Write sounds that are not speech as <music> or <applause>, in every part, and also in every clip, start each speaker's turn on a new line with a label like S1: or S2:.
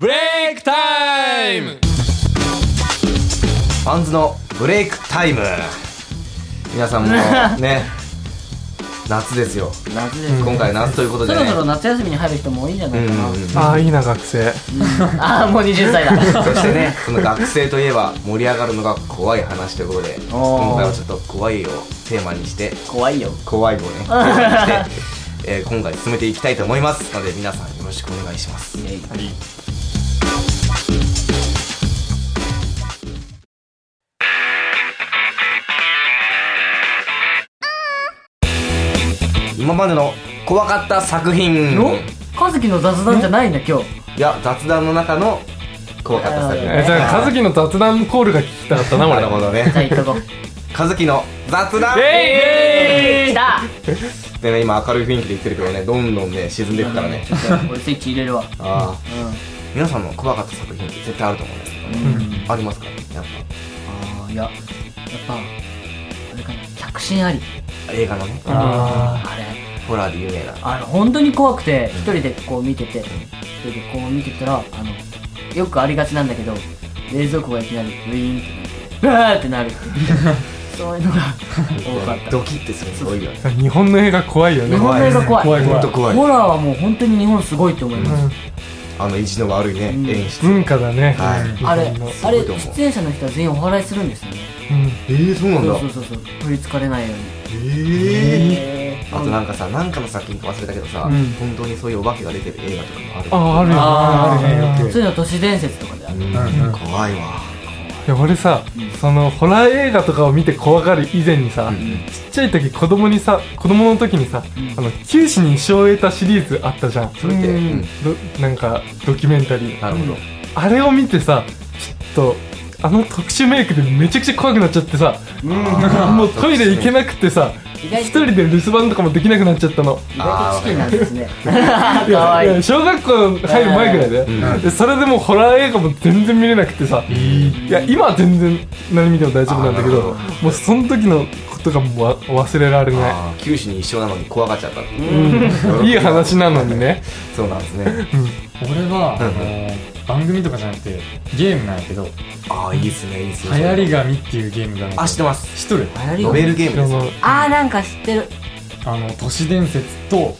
S1: ブレイクタイム
S2: バンズのブレイクタイム皆さんも
S3: <laughs>
S2: ね夏ですよ
S3: 夏です
S2: 今回夏ということ
S3: そ
S2: で
S3: ろ
S2: ね
S3: そろ夏休みに入る人も多いんじゃないかな、
S2: うんうん
S4: ああいいな学生
S3: ああもう20歳だ
S2: そしてねその学生といえば盛り上がるのが怖い話ということで今回はちょっと怖いをテーマにして
S3: <laughs> 怖いよ
S2: 怖いをね <laughs> テーマ
S3: <laughs>
S2: にして、えー今回進めていきたいと思いますので皆さんよろしくお願いします今までの怖かった作品
S3: の和樹の雑談じゃないんだ今日
S2: いや雑談の中の怖かった作品
S3: え
S4: えじゃあ和樹の雑談コールが聞きたかったな
S2: な
S4: 俺
S2: るほど
S3: じゃあ
S2: ね
S3: 行 <laughs> っとこう
S2: 和樹の雑談
S3: 来た
S2: でね今明るい雰囲気で言ってるけどねどんどんね沈んでいくからね
S3: ちょっと俺スイッチ入れるわ
S2: ああ
S3: うん
S2: 皆さんの怖かった作品って絶対あると思うんですけどね、ありますかやっ
S3: ああいややっぱあれかな着信あり
S2: ぱ映画のね
S4: あ
S3: あれ
S2: ホラーで有名な
S3: あの本当に怖くて一人でこう見てて一人でこう見てたらあのよくありがちなんだけど冷蔵庫がいきなりウィーンってなってうわーってなる <laughs> そういうのが多かった
S2: ドキッてするのすごいよね
S4: あ日本の映画怖いよね
S3: 日本の映画怖い
S4: 怖い
S2: ほ
S4: 怖
S2: ん
S4: い
S2: と怖い
S3: ホラーはもう本当に日本すごいと思います、
S2: あの意地の悪いね、演出、
S4: 文化だね、
S2: はい
S3: あれ
S4: 日本の
S3: あ
S2: ご
S3: れ
S2: いと思う
S3: 出演者の人は全員お祓いするんですよね
S2: えー、そうなんだ
S3: そうそうそうそう取りつかれないように
S2: ええ
S3: へー
S2: あとなんかさなんかの作品か忘れたけどさ、
S4: うん
S2: 本当にそういうお化けが出てる映画とかもある
S4: あああるよね
S3: あー
S4: あるね
S3: そういうの都市伝説とかである
S2: うん怖いわ
S4: いや俺さ、そのホラー映画とかを見て怖がる以前にさ、ちっちゃい時子供にさ子供の時にさ、あの九死に一生を得たシリーズあったじゃん
S2: それって、うん
S4: どなんかドキュメンタリー
S2: なるほど、
S4: あれを見てさちょっとあの特殊メイクでめちゃくちゃ怖くなっちゃってさもうトイレ行けなくてさ
S3: 意外
S4: 一
S3: と
S4: 人で留守番とかもできなくなっちゃったの
S3: 意外とチキンなんですねかわ
S4: い
S3: いい
S4: や小学校入る前ぐらいだよ、でそれでもうホラー映画も全然見れなくてさ、いや今は全然何見ても大丈夫なんだけど
S2: あーな
S4: もうその時のことがもうわ忘れられな
S2: あー九死に一生なのに怖がっちゃったっていう、
S4: いいい話なのにね
S2: そうなんですね
S5: 俺は、
S2: うん
S5: あの番組とかじゃなくてゲームなんやけど「
S2: ああいいっすねいいっす
S5: 流
S2: ね
S5: 行り神」っていうゲームがね
S2: あ知ってます
S5: 知っ
S3: <laughs>
S5: とる
S3: 流行り
S2: ノベルゲームですよ
S3: あーなんか知ってる
S5: あの都市伝説と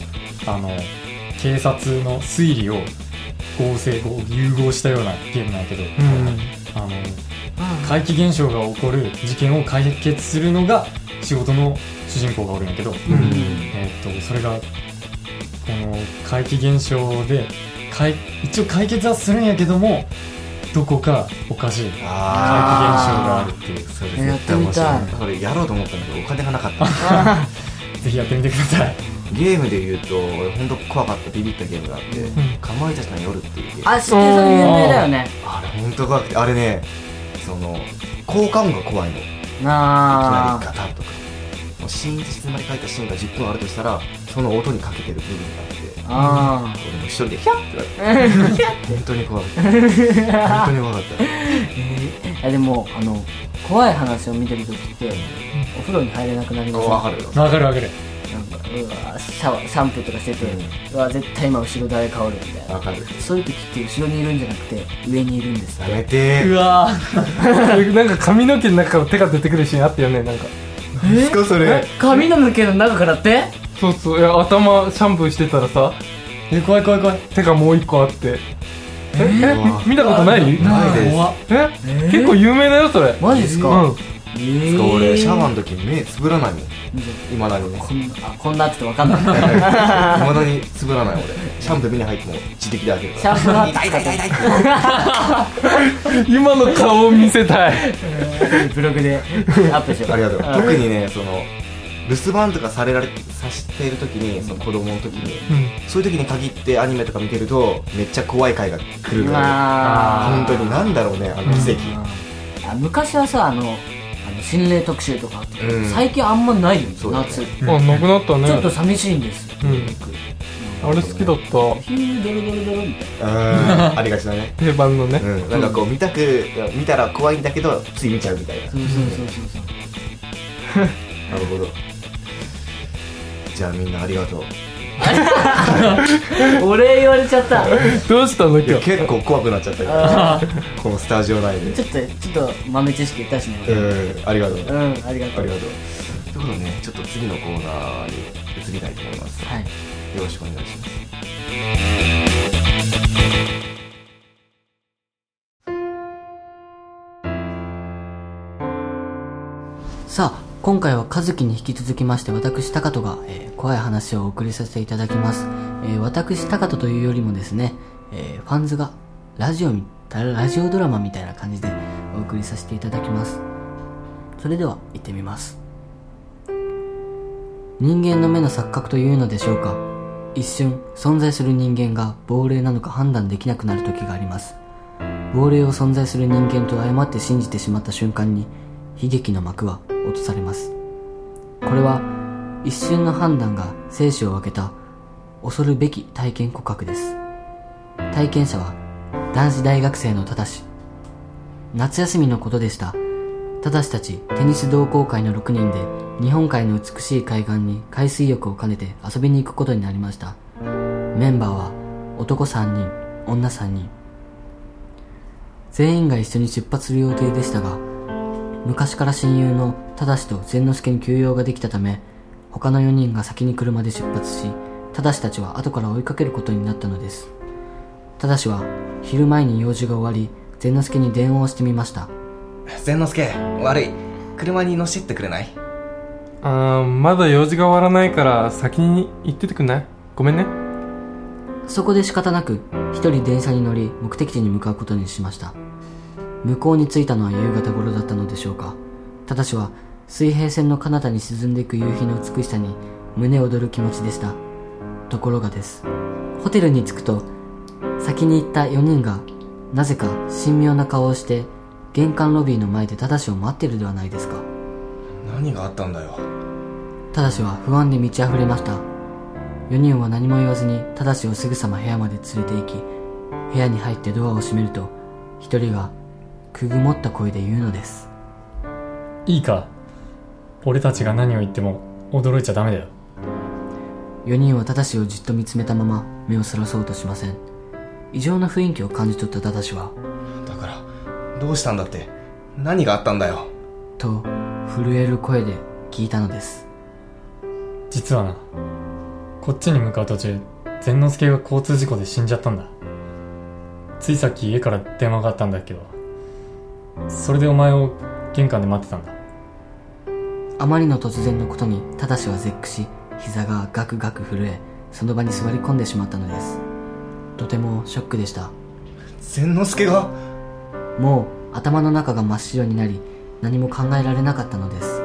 S5: あの警察の推理を合成こう融合したようなゲームなんやけど、
S4: <laughs>
S5: あの怪奇現象が起こる事件を解決するのが仕事の主人公がおるんやけど、
S2: うん
S5: えーっとそれがこの怪奇現象で解一応解決はするんやけどもどこかおかしい怪奇現象があるっていう
S2: それ
S3: やっ
S2: 絶
S3: て
S2: 対面
S3: みた
S2: 白
S3: い
S2: いそれやろうと思ったんだけどお金がなかった
S5: ぜひやってみてください
S2: ゲームで言うと俺本当怖かったビビったゲームがあって「かまいたちの夜」っていうゲームあ
S3: あ知ってるそれ有名だよね
S2: れ本当怖くてあれねその効果音が怖いのいきなり
S3: なあ
S2: ガタンとかもうシーンと静まり返ったシーンが10分あるとしたらその音にかけてる部分があって
S3: あ <laughs>
S2: 俺も一人でヒャッってなって本当に怖
S5: <laughs>
S2: かった本当に怖かった
S3: ーいやでもあの怖い話を見てる時ってお風呂に入れなくなります
S2: 分かるよ
S5: わかるわかる
S3: なんかうわシャワーシャンプーとかしてて、うわ絶対今後ろ誰かおるみたいな
S2: 分かる
S3: そういう時って後ろにいるんじゃなくて上にいるんです
S2: やめてー
S5: うわ
S4: うんなんか髪の毛の中から手が出てくるシーンあったよねなんか
S2: 何すかそれ
S3: 髪の抜けの中からって
S4: そうそういや頭シャンプーしてたらさ
S5: え怖い怖い怖い
S4: 手がもう一個あってええ
S2: うわ
S4: 見たことない
S2: ないです
S5: 怖っ
S4: え結構有名だよそれ
S3: マジですか、
S4: うん
S3: えー
S2: 俺シャワーの時目つぶらないもんいまだにね
S3: こんなあこんなって言って分か
S2: <laughs>
S3: んない
S2: いまだにつぶらない俺シャンプー目に入っても自力で開ける
S3: シャンプーは
S2: 痛い痛い痛い痛い
S4: 今の顔を見せたい
S3: ブログでアップしよう
S2: ありがとう特にねその留守番とかされられさしている時にその子供の時に、そういう時に限ってアニメとか見てるとめっちゃ怖い回が来る
S3: う
S2: のよ
S3: わ
S2: 本当に何だろうねあの奇跡
S3: あ昔はさあのあの心霊特集とかあったけど、
S2: うん
S3: 最近あんまないよね
S2: そうだね
S3: 夏、
S4: あなくなったね
S3: ちょっと寂しいんです
S4: うんあれ好きだった
S3: ヒュードロドロドロみたいな
S2: うん
S3: <laughs>
S2: ありがちだね
S4: 定番のね、
S2: うん、なんかこう見たく見たら怖いんだけどつい見ちゃうみたいな
S3: そうそうそうそうそう
S2: なるほどじゃあみんなありがとう
S3: 俺言われちゃった
S4: どうしたの
S2: いや
S4: 今日
S2: 結構怖くなっちゃったよこのスタジオ内で
S3: ちょっとちょっと豆知識出しね
S2: うんありがとう
S3: うんありが
S2: あ
S3: とう
S2: りがとうということでねちょっと次のコーナーに移りたいと思います
S3: はい
S2: よろしくお願いします
S3: さあ今回は和樹に引き続きまして私高人が、えー怖い話をお送りさせていただきます、えー私高人というよりもですね、えーファンズがラジオみラジオドラマみたいな感じでお送りさせていただきますそれでは行ってみます人間の目の錯覚というのでしょうか一瞬存在する人間が亡霊なのか判断できなくなる時があります亡霊を存在する人間と誤って信じてしまった瞬間に悲劇の幕は落とされますこれは一瞬の判断が生死を分けた恐るべき体験告白です体験者は男子大学生のただし夏休みのことでしたただしたちテニス同好会の6人で日本海の美しい海岸に海水浴を兼ねて遊びに行くことになりましたメンバーは男3人女3人全員が一緒に出発する予定でしたが昔から親友の正と善之助に休養ができたため他の4人が先に車で出発し正たちは後から追いかけることになったのです正は昼前に用事が終わり善之助に電話をしてみました
S2: 善之助悪い車に乗せてってくれない
S4: あーまだ用事が終わらないから先に行っててくんないごめんね
S3: そこで仕方なく一人電車に乗り目的地に向かうことにしました向こうに着いたのは夕方頃だったのでしょうかただしは水平線の彼方に沈んでいく夕日の美しさに胸躍る気持ちでしたところがですホテルに着くと先に行った4人がなぜか神妙な顔をして玄関ロビーの前でただしを待ってるではないですか
S2: 何があったんだよ
S3: ただしは不安で満ち溢れました4人は何も言わずにただしをすぐさま部屋まで連れて行き部屋に入ってドアを閉めると一人がくぐもった声で言うのです
S5: いいか俺たちが何を言っても驚いちゃダメだよ
S3: 4人はただしをじっと見つめたまま目をそらそうとしません異常な雰囲気を感じ取ったただしは
S2: だからどうしたんだって何があったんだよ
S3: と震える声で聞いたのです
S5: 実はなこっちに向かう途中善之助が交通事故で死んじゃったんだついさっき家から電話があったんだけどそれでお前を玄関で待ってたんだ
S3: あまりの突然のことにただしは絶句し膝がガクガク震えその場に座り込んでしまったのですとてもショックでした
S2: 善之助が
S3: もう頭の中が真っ白になり何も考えられなかったのです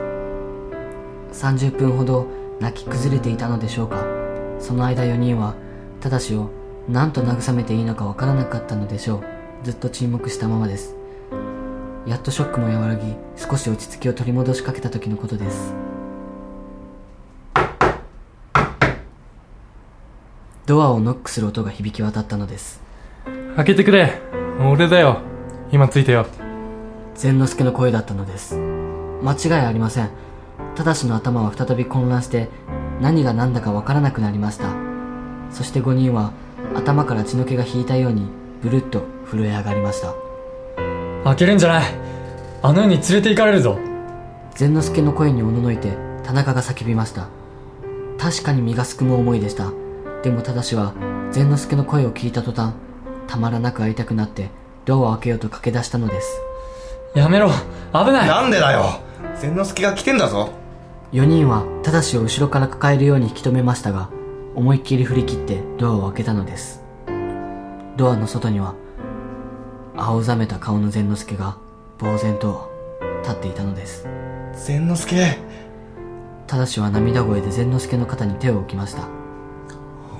S3: 30分ほど泣き崩れていたのでしょうかその間4人はただしを何と慰めていいのかわからなかったのでしょうずっと沈黙したままですやっとショックも和らぎ少し落ち着きを取り戻しかけた時のことですドアをノックする音が響き渡ったのです
S4: 開けてくれ俺だよ今着いたよ
S3: 善之助の声だったのです間違いありませんただしの頭は再び混乱して何が何だかわからなくなりましたそして5人は頭から血の気が引いたようにブルッと震え上がりました
S5: 開けるんじゃないあの世に連れて行かれるぞ
S3: 善之助の声におののいて田中が叫びました確かに身がすくむ思いでしたでもただしは善之助の声を聞いた途端たまらなく会いたくなってドアを開けようと駆け出したのです
S5: やめろ危ない
S2: なんでだよ善之助が来てんだぞ
S3: 4人はただしを後ろから抱えるように引き止めましたが思いっきり振り切ってドアを開けたのですドアの外には青ざめた顔の善之助が呆然と立っていたのです
S2: 善之助
S3: ただしは涙声で善之助の肩に手を置きました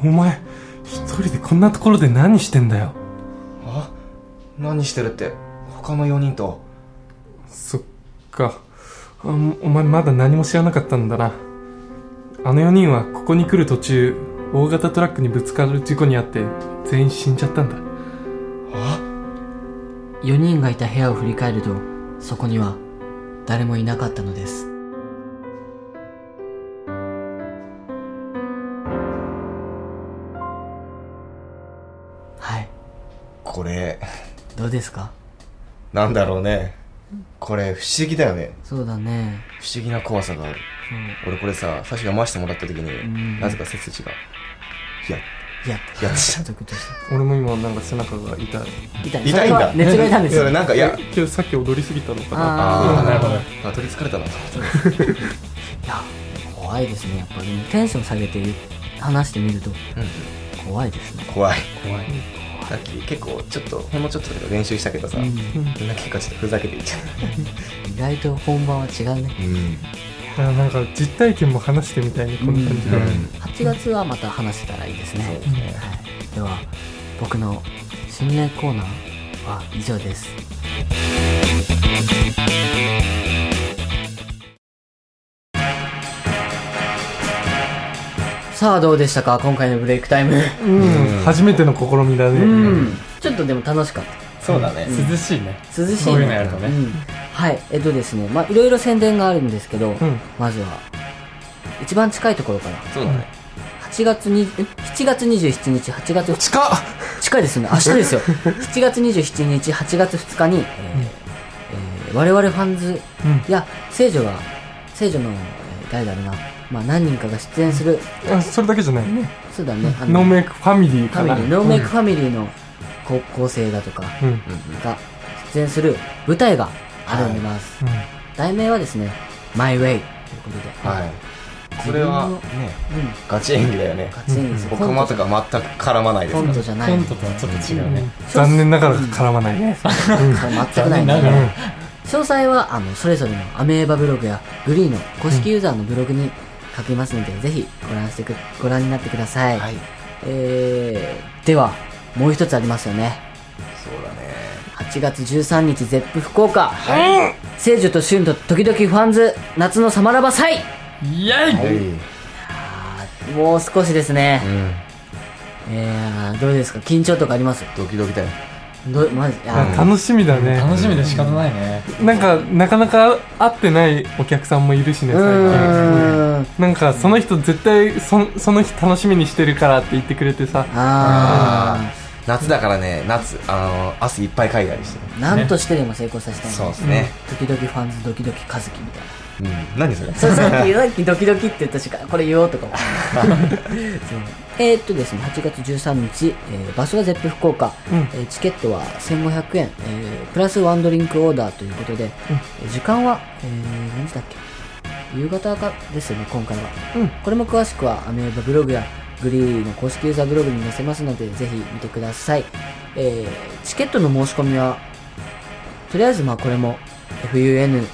S4: お前一人でこんなところで何してんだよ
S2: あ何してるって他の4人と
S4: そっかあもお前まだ何も知らなかったんだなあの4人はここに来る途中大型トラックにぶつかる事故にあって全員死んじゃったんだ
S3: 4人がいた部屋を振り返るとそこには誰もいなかったのです
S2: これ
S3: どうですか
S2: なんだろうねこれ不思議だよね
S3: そうだね
S2: 不思議な怖さがある
S3: そう
S2: 俺これさ最初読ませてもらった時
S3: ん
S2: になぜか背筋がヒヤッ
S3: いや
S2: ヒヤッとし
S3: ちょっと痛
S4: 俺も今なんか背中が痛い
S3: い痛い
S2: 痛いんだ
S3: それは熱が痛いんです
S2: いや
S3: よ
S2: なんかいや
S4: 今日さっき踊りすぎたのかな
S3: あ
S2: あー
S5: なるほど
S2: あ取りつかれたな
S3: ーいや怖いですねやっぱりテンション下げて話してみると怖いですね
S2: 怖い
S5: 怖い
S2: さっき結構ちょっとほんのちょっとだけど練習したけどさ、
S3: うん
S2: みんな結構ちょっとふざけていっちゃ
S3: 意外と本番は違うね
S2: ううん
S4: あーなんか実体験も話してみたいねこの感じで、
S3: 8月はまた話せたらいいですね
S2: そうですね
S3: はい、では僕の心霊コーナーは以上ですさあどうでしたか今回のブレイクタイム
S4: うん初めての試みだね、
S3: うんちょっとでも楽しかった
S5: そうだね涼しいね
S3: 涼しいね
S5: そういうのやるとね
S3: うんはいえっとですねまあいろいろ宣伝があるんですけど、
S4: うん
S3: まずは一番近いところから
S2: そうだね
S3: 8月にえ7月27日8月
S4: 近っ
S3: 近いです
S4: <laughs>
S3: ね明日ですよ7月27日8月2日に、えーえー我々ファンズや聖女が聖女の、えー誰だろうな、まあ、何人かが出演する
S4: あそれだけじゃないね
S3: そうだねあ
S4: ノーメイクファミリー
S3: ファ
S4: か
S3: ミ
S4: な
S3: リーノーメイクファミリーの高校生だとか
S4: うんうん
S3: が出演する舞台があります、題名はですね「マイ・ウェイ」ということで、
S2: はいこれはね
S3: う
S2: ガチ演技だよね
S3: ん、ガチ演技です
S2: 僕もとか全く絡まないです
S3: コ
S2: か
S3: ン
S2: ら
S3: トじゃない
S5: コントとはちょっと違うね
S4: 残念ながら絡まないね
S3: 全くない
S5: 残念ながら
S3: 詳細はあのそれぞれのアメーバブログやグリーの公式ユーザーのブログに書きますので、ぜひご覧してくご覧になってください、
S2: はい
S3: えー、ではもう一つありますよね
S2: そうだね
S3: 8月13日ゼップ福岡、聖女と旬と時々ファンズ夏のサマラバ祭
S5: イエイ
S3: もう少しですね、えー、どうですか緊張とかあります
S2: ドキドキだよ
S3: どうまずあ
S4: あ楽しみだね
S5: 楽しみで仕方ないね
S4: なんかなかなか会ってないお客さんもいるしね
S3: う
S4: 最近
S3: ーん
S4: なんかその人絶対そその日楽しみにしてるからって言ってくれてさ
S3: あ
S2: 夏だからね夏あの汗いっぱいかいたりして
S3: あなんとしてでも成功させたい、
S2: そうですね
S3: 時々ファンズドキドキカズキみたいな
S2: うん何それ
S3: そうさっきさっきドキドキって言ったしかこれ言おうとか思わない <laughs> そうえー、っとですね8月13日、えー場所はゼップ福岡、
S4: うん
S3: えーチケットは1500円、えープラスワンドリンクオーダーということで、えー時間は、えー何時だっけ夕方かですよね今回は、
S4: うん
S3: これも詳しくはアメーバブログやグリーの公式ユーザーブログに載せますのでぜひ見てください、えーチケットの申し込みはとりあえずまあこれも FUN ん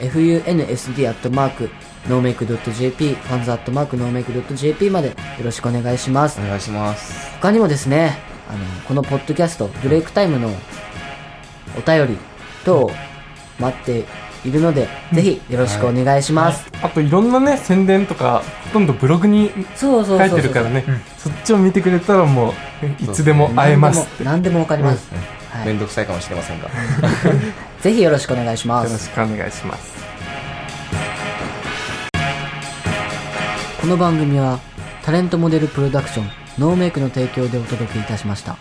S3: funsd アットマークノーメイク .jp ファンズアットマークノーメイク .jp までよろしくお願いします
S2: お願いします
S3: 他にもですねあのこのポッドキャストブレイクタイムのお便り等を待っているので、ぜひよろしくお願いします、
S4: あといろんなね宣伝とかほとんどブログに
S3: そうそう
S4: 書
S3: そう
S4: い
S3: そう
S4: てるからねそっちを見てくれたらもういつでも会えますってよ
S3: 何でも何でもわかります、は
S2: め
S3: い、
S2: んどくさいかもしれませんが
S3: ぜひよろしくお願いしま
S4: ろ
S3: す
S4: しくお願いします
S3: この番組はタレントモデルプロダクションノーメイクの提供でお届けいたしました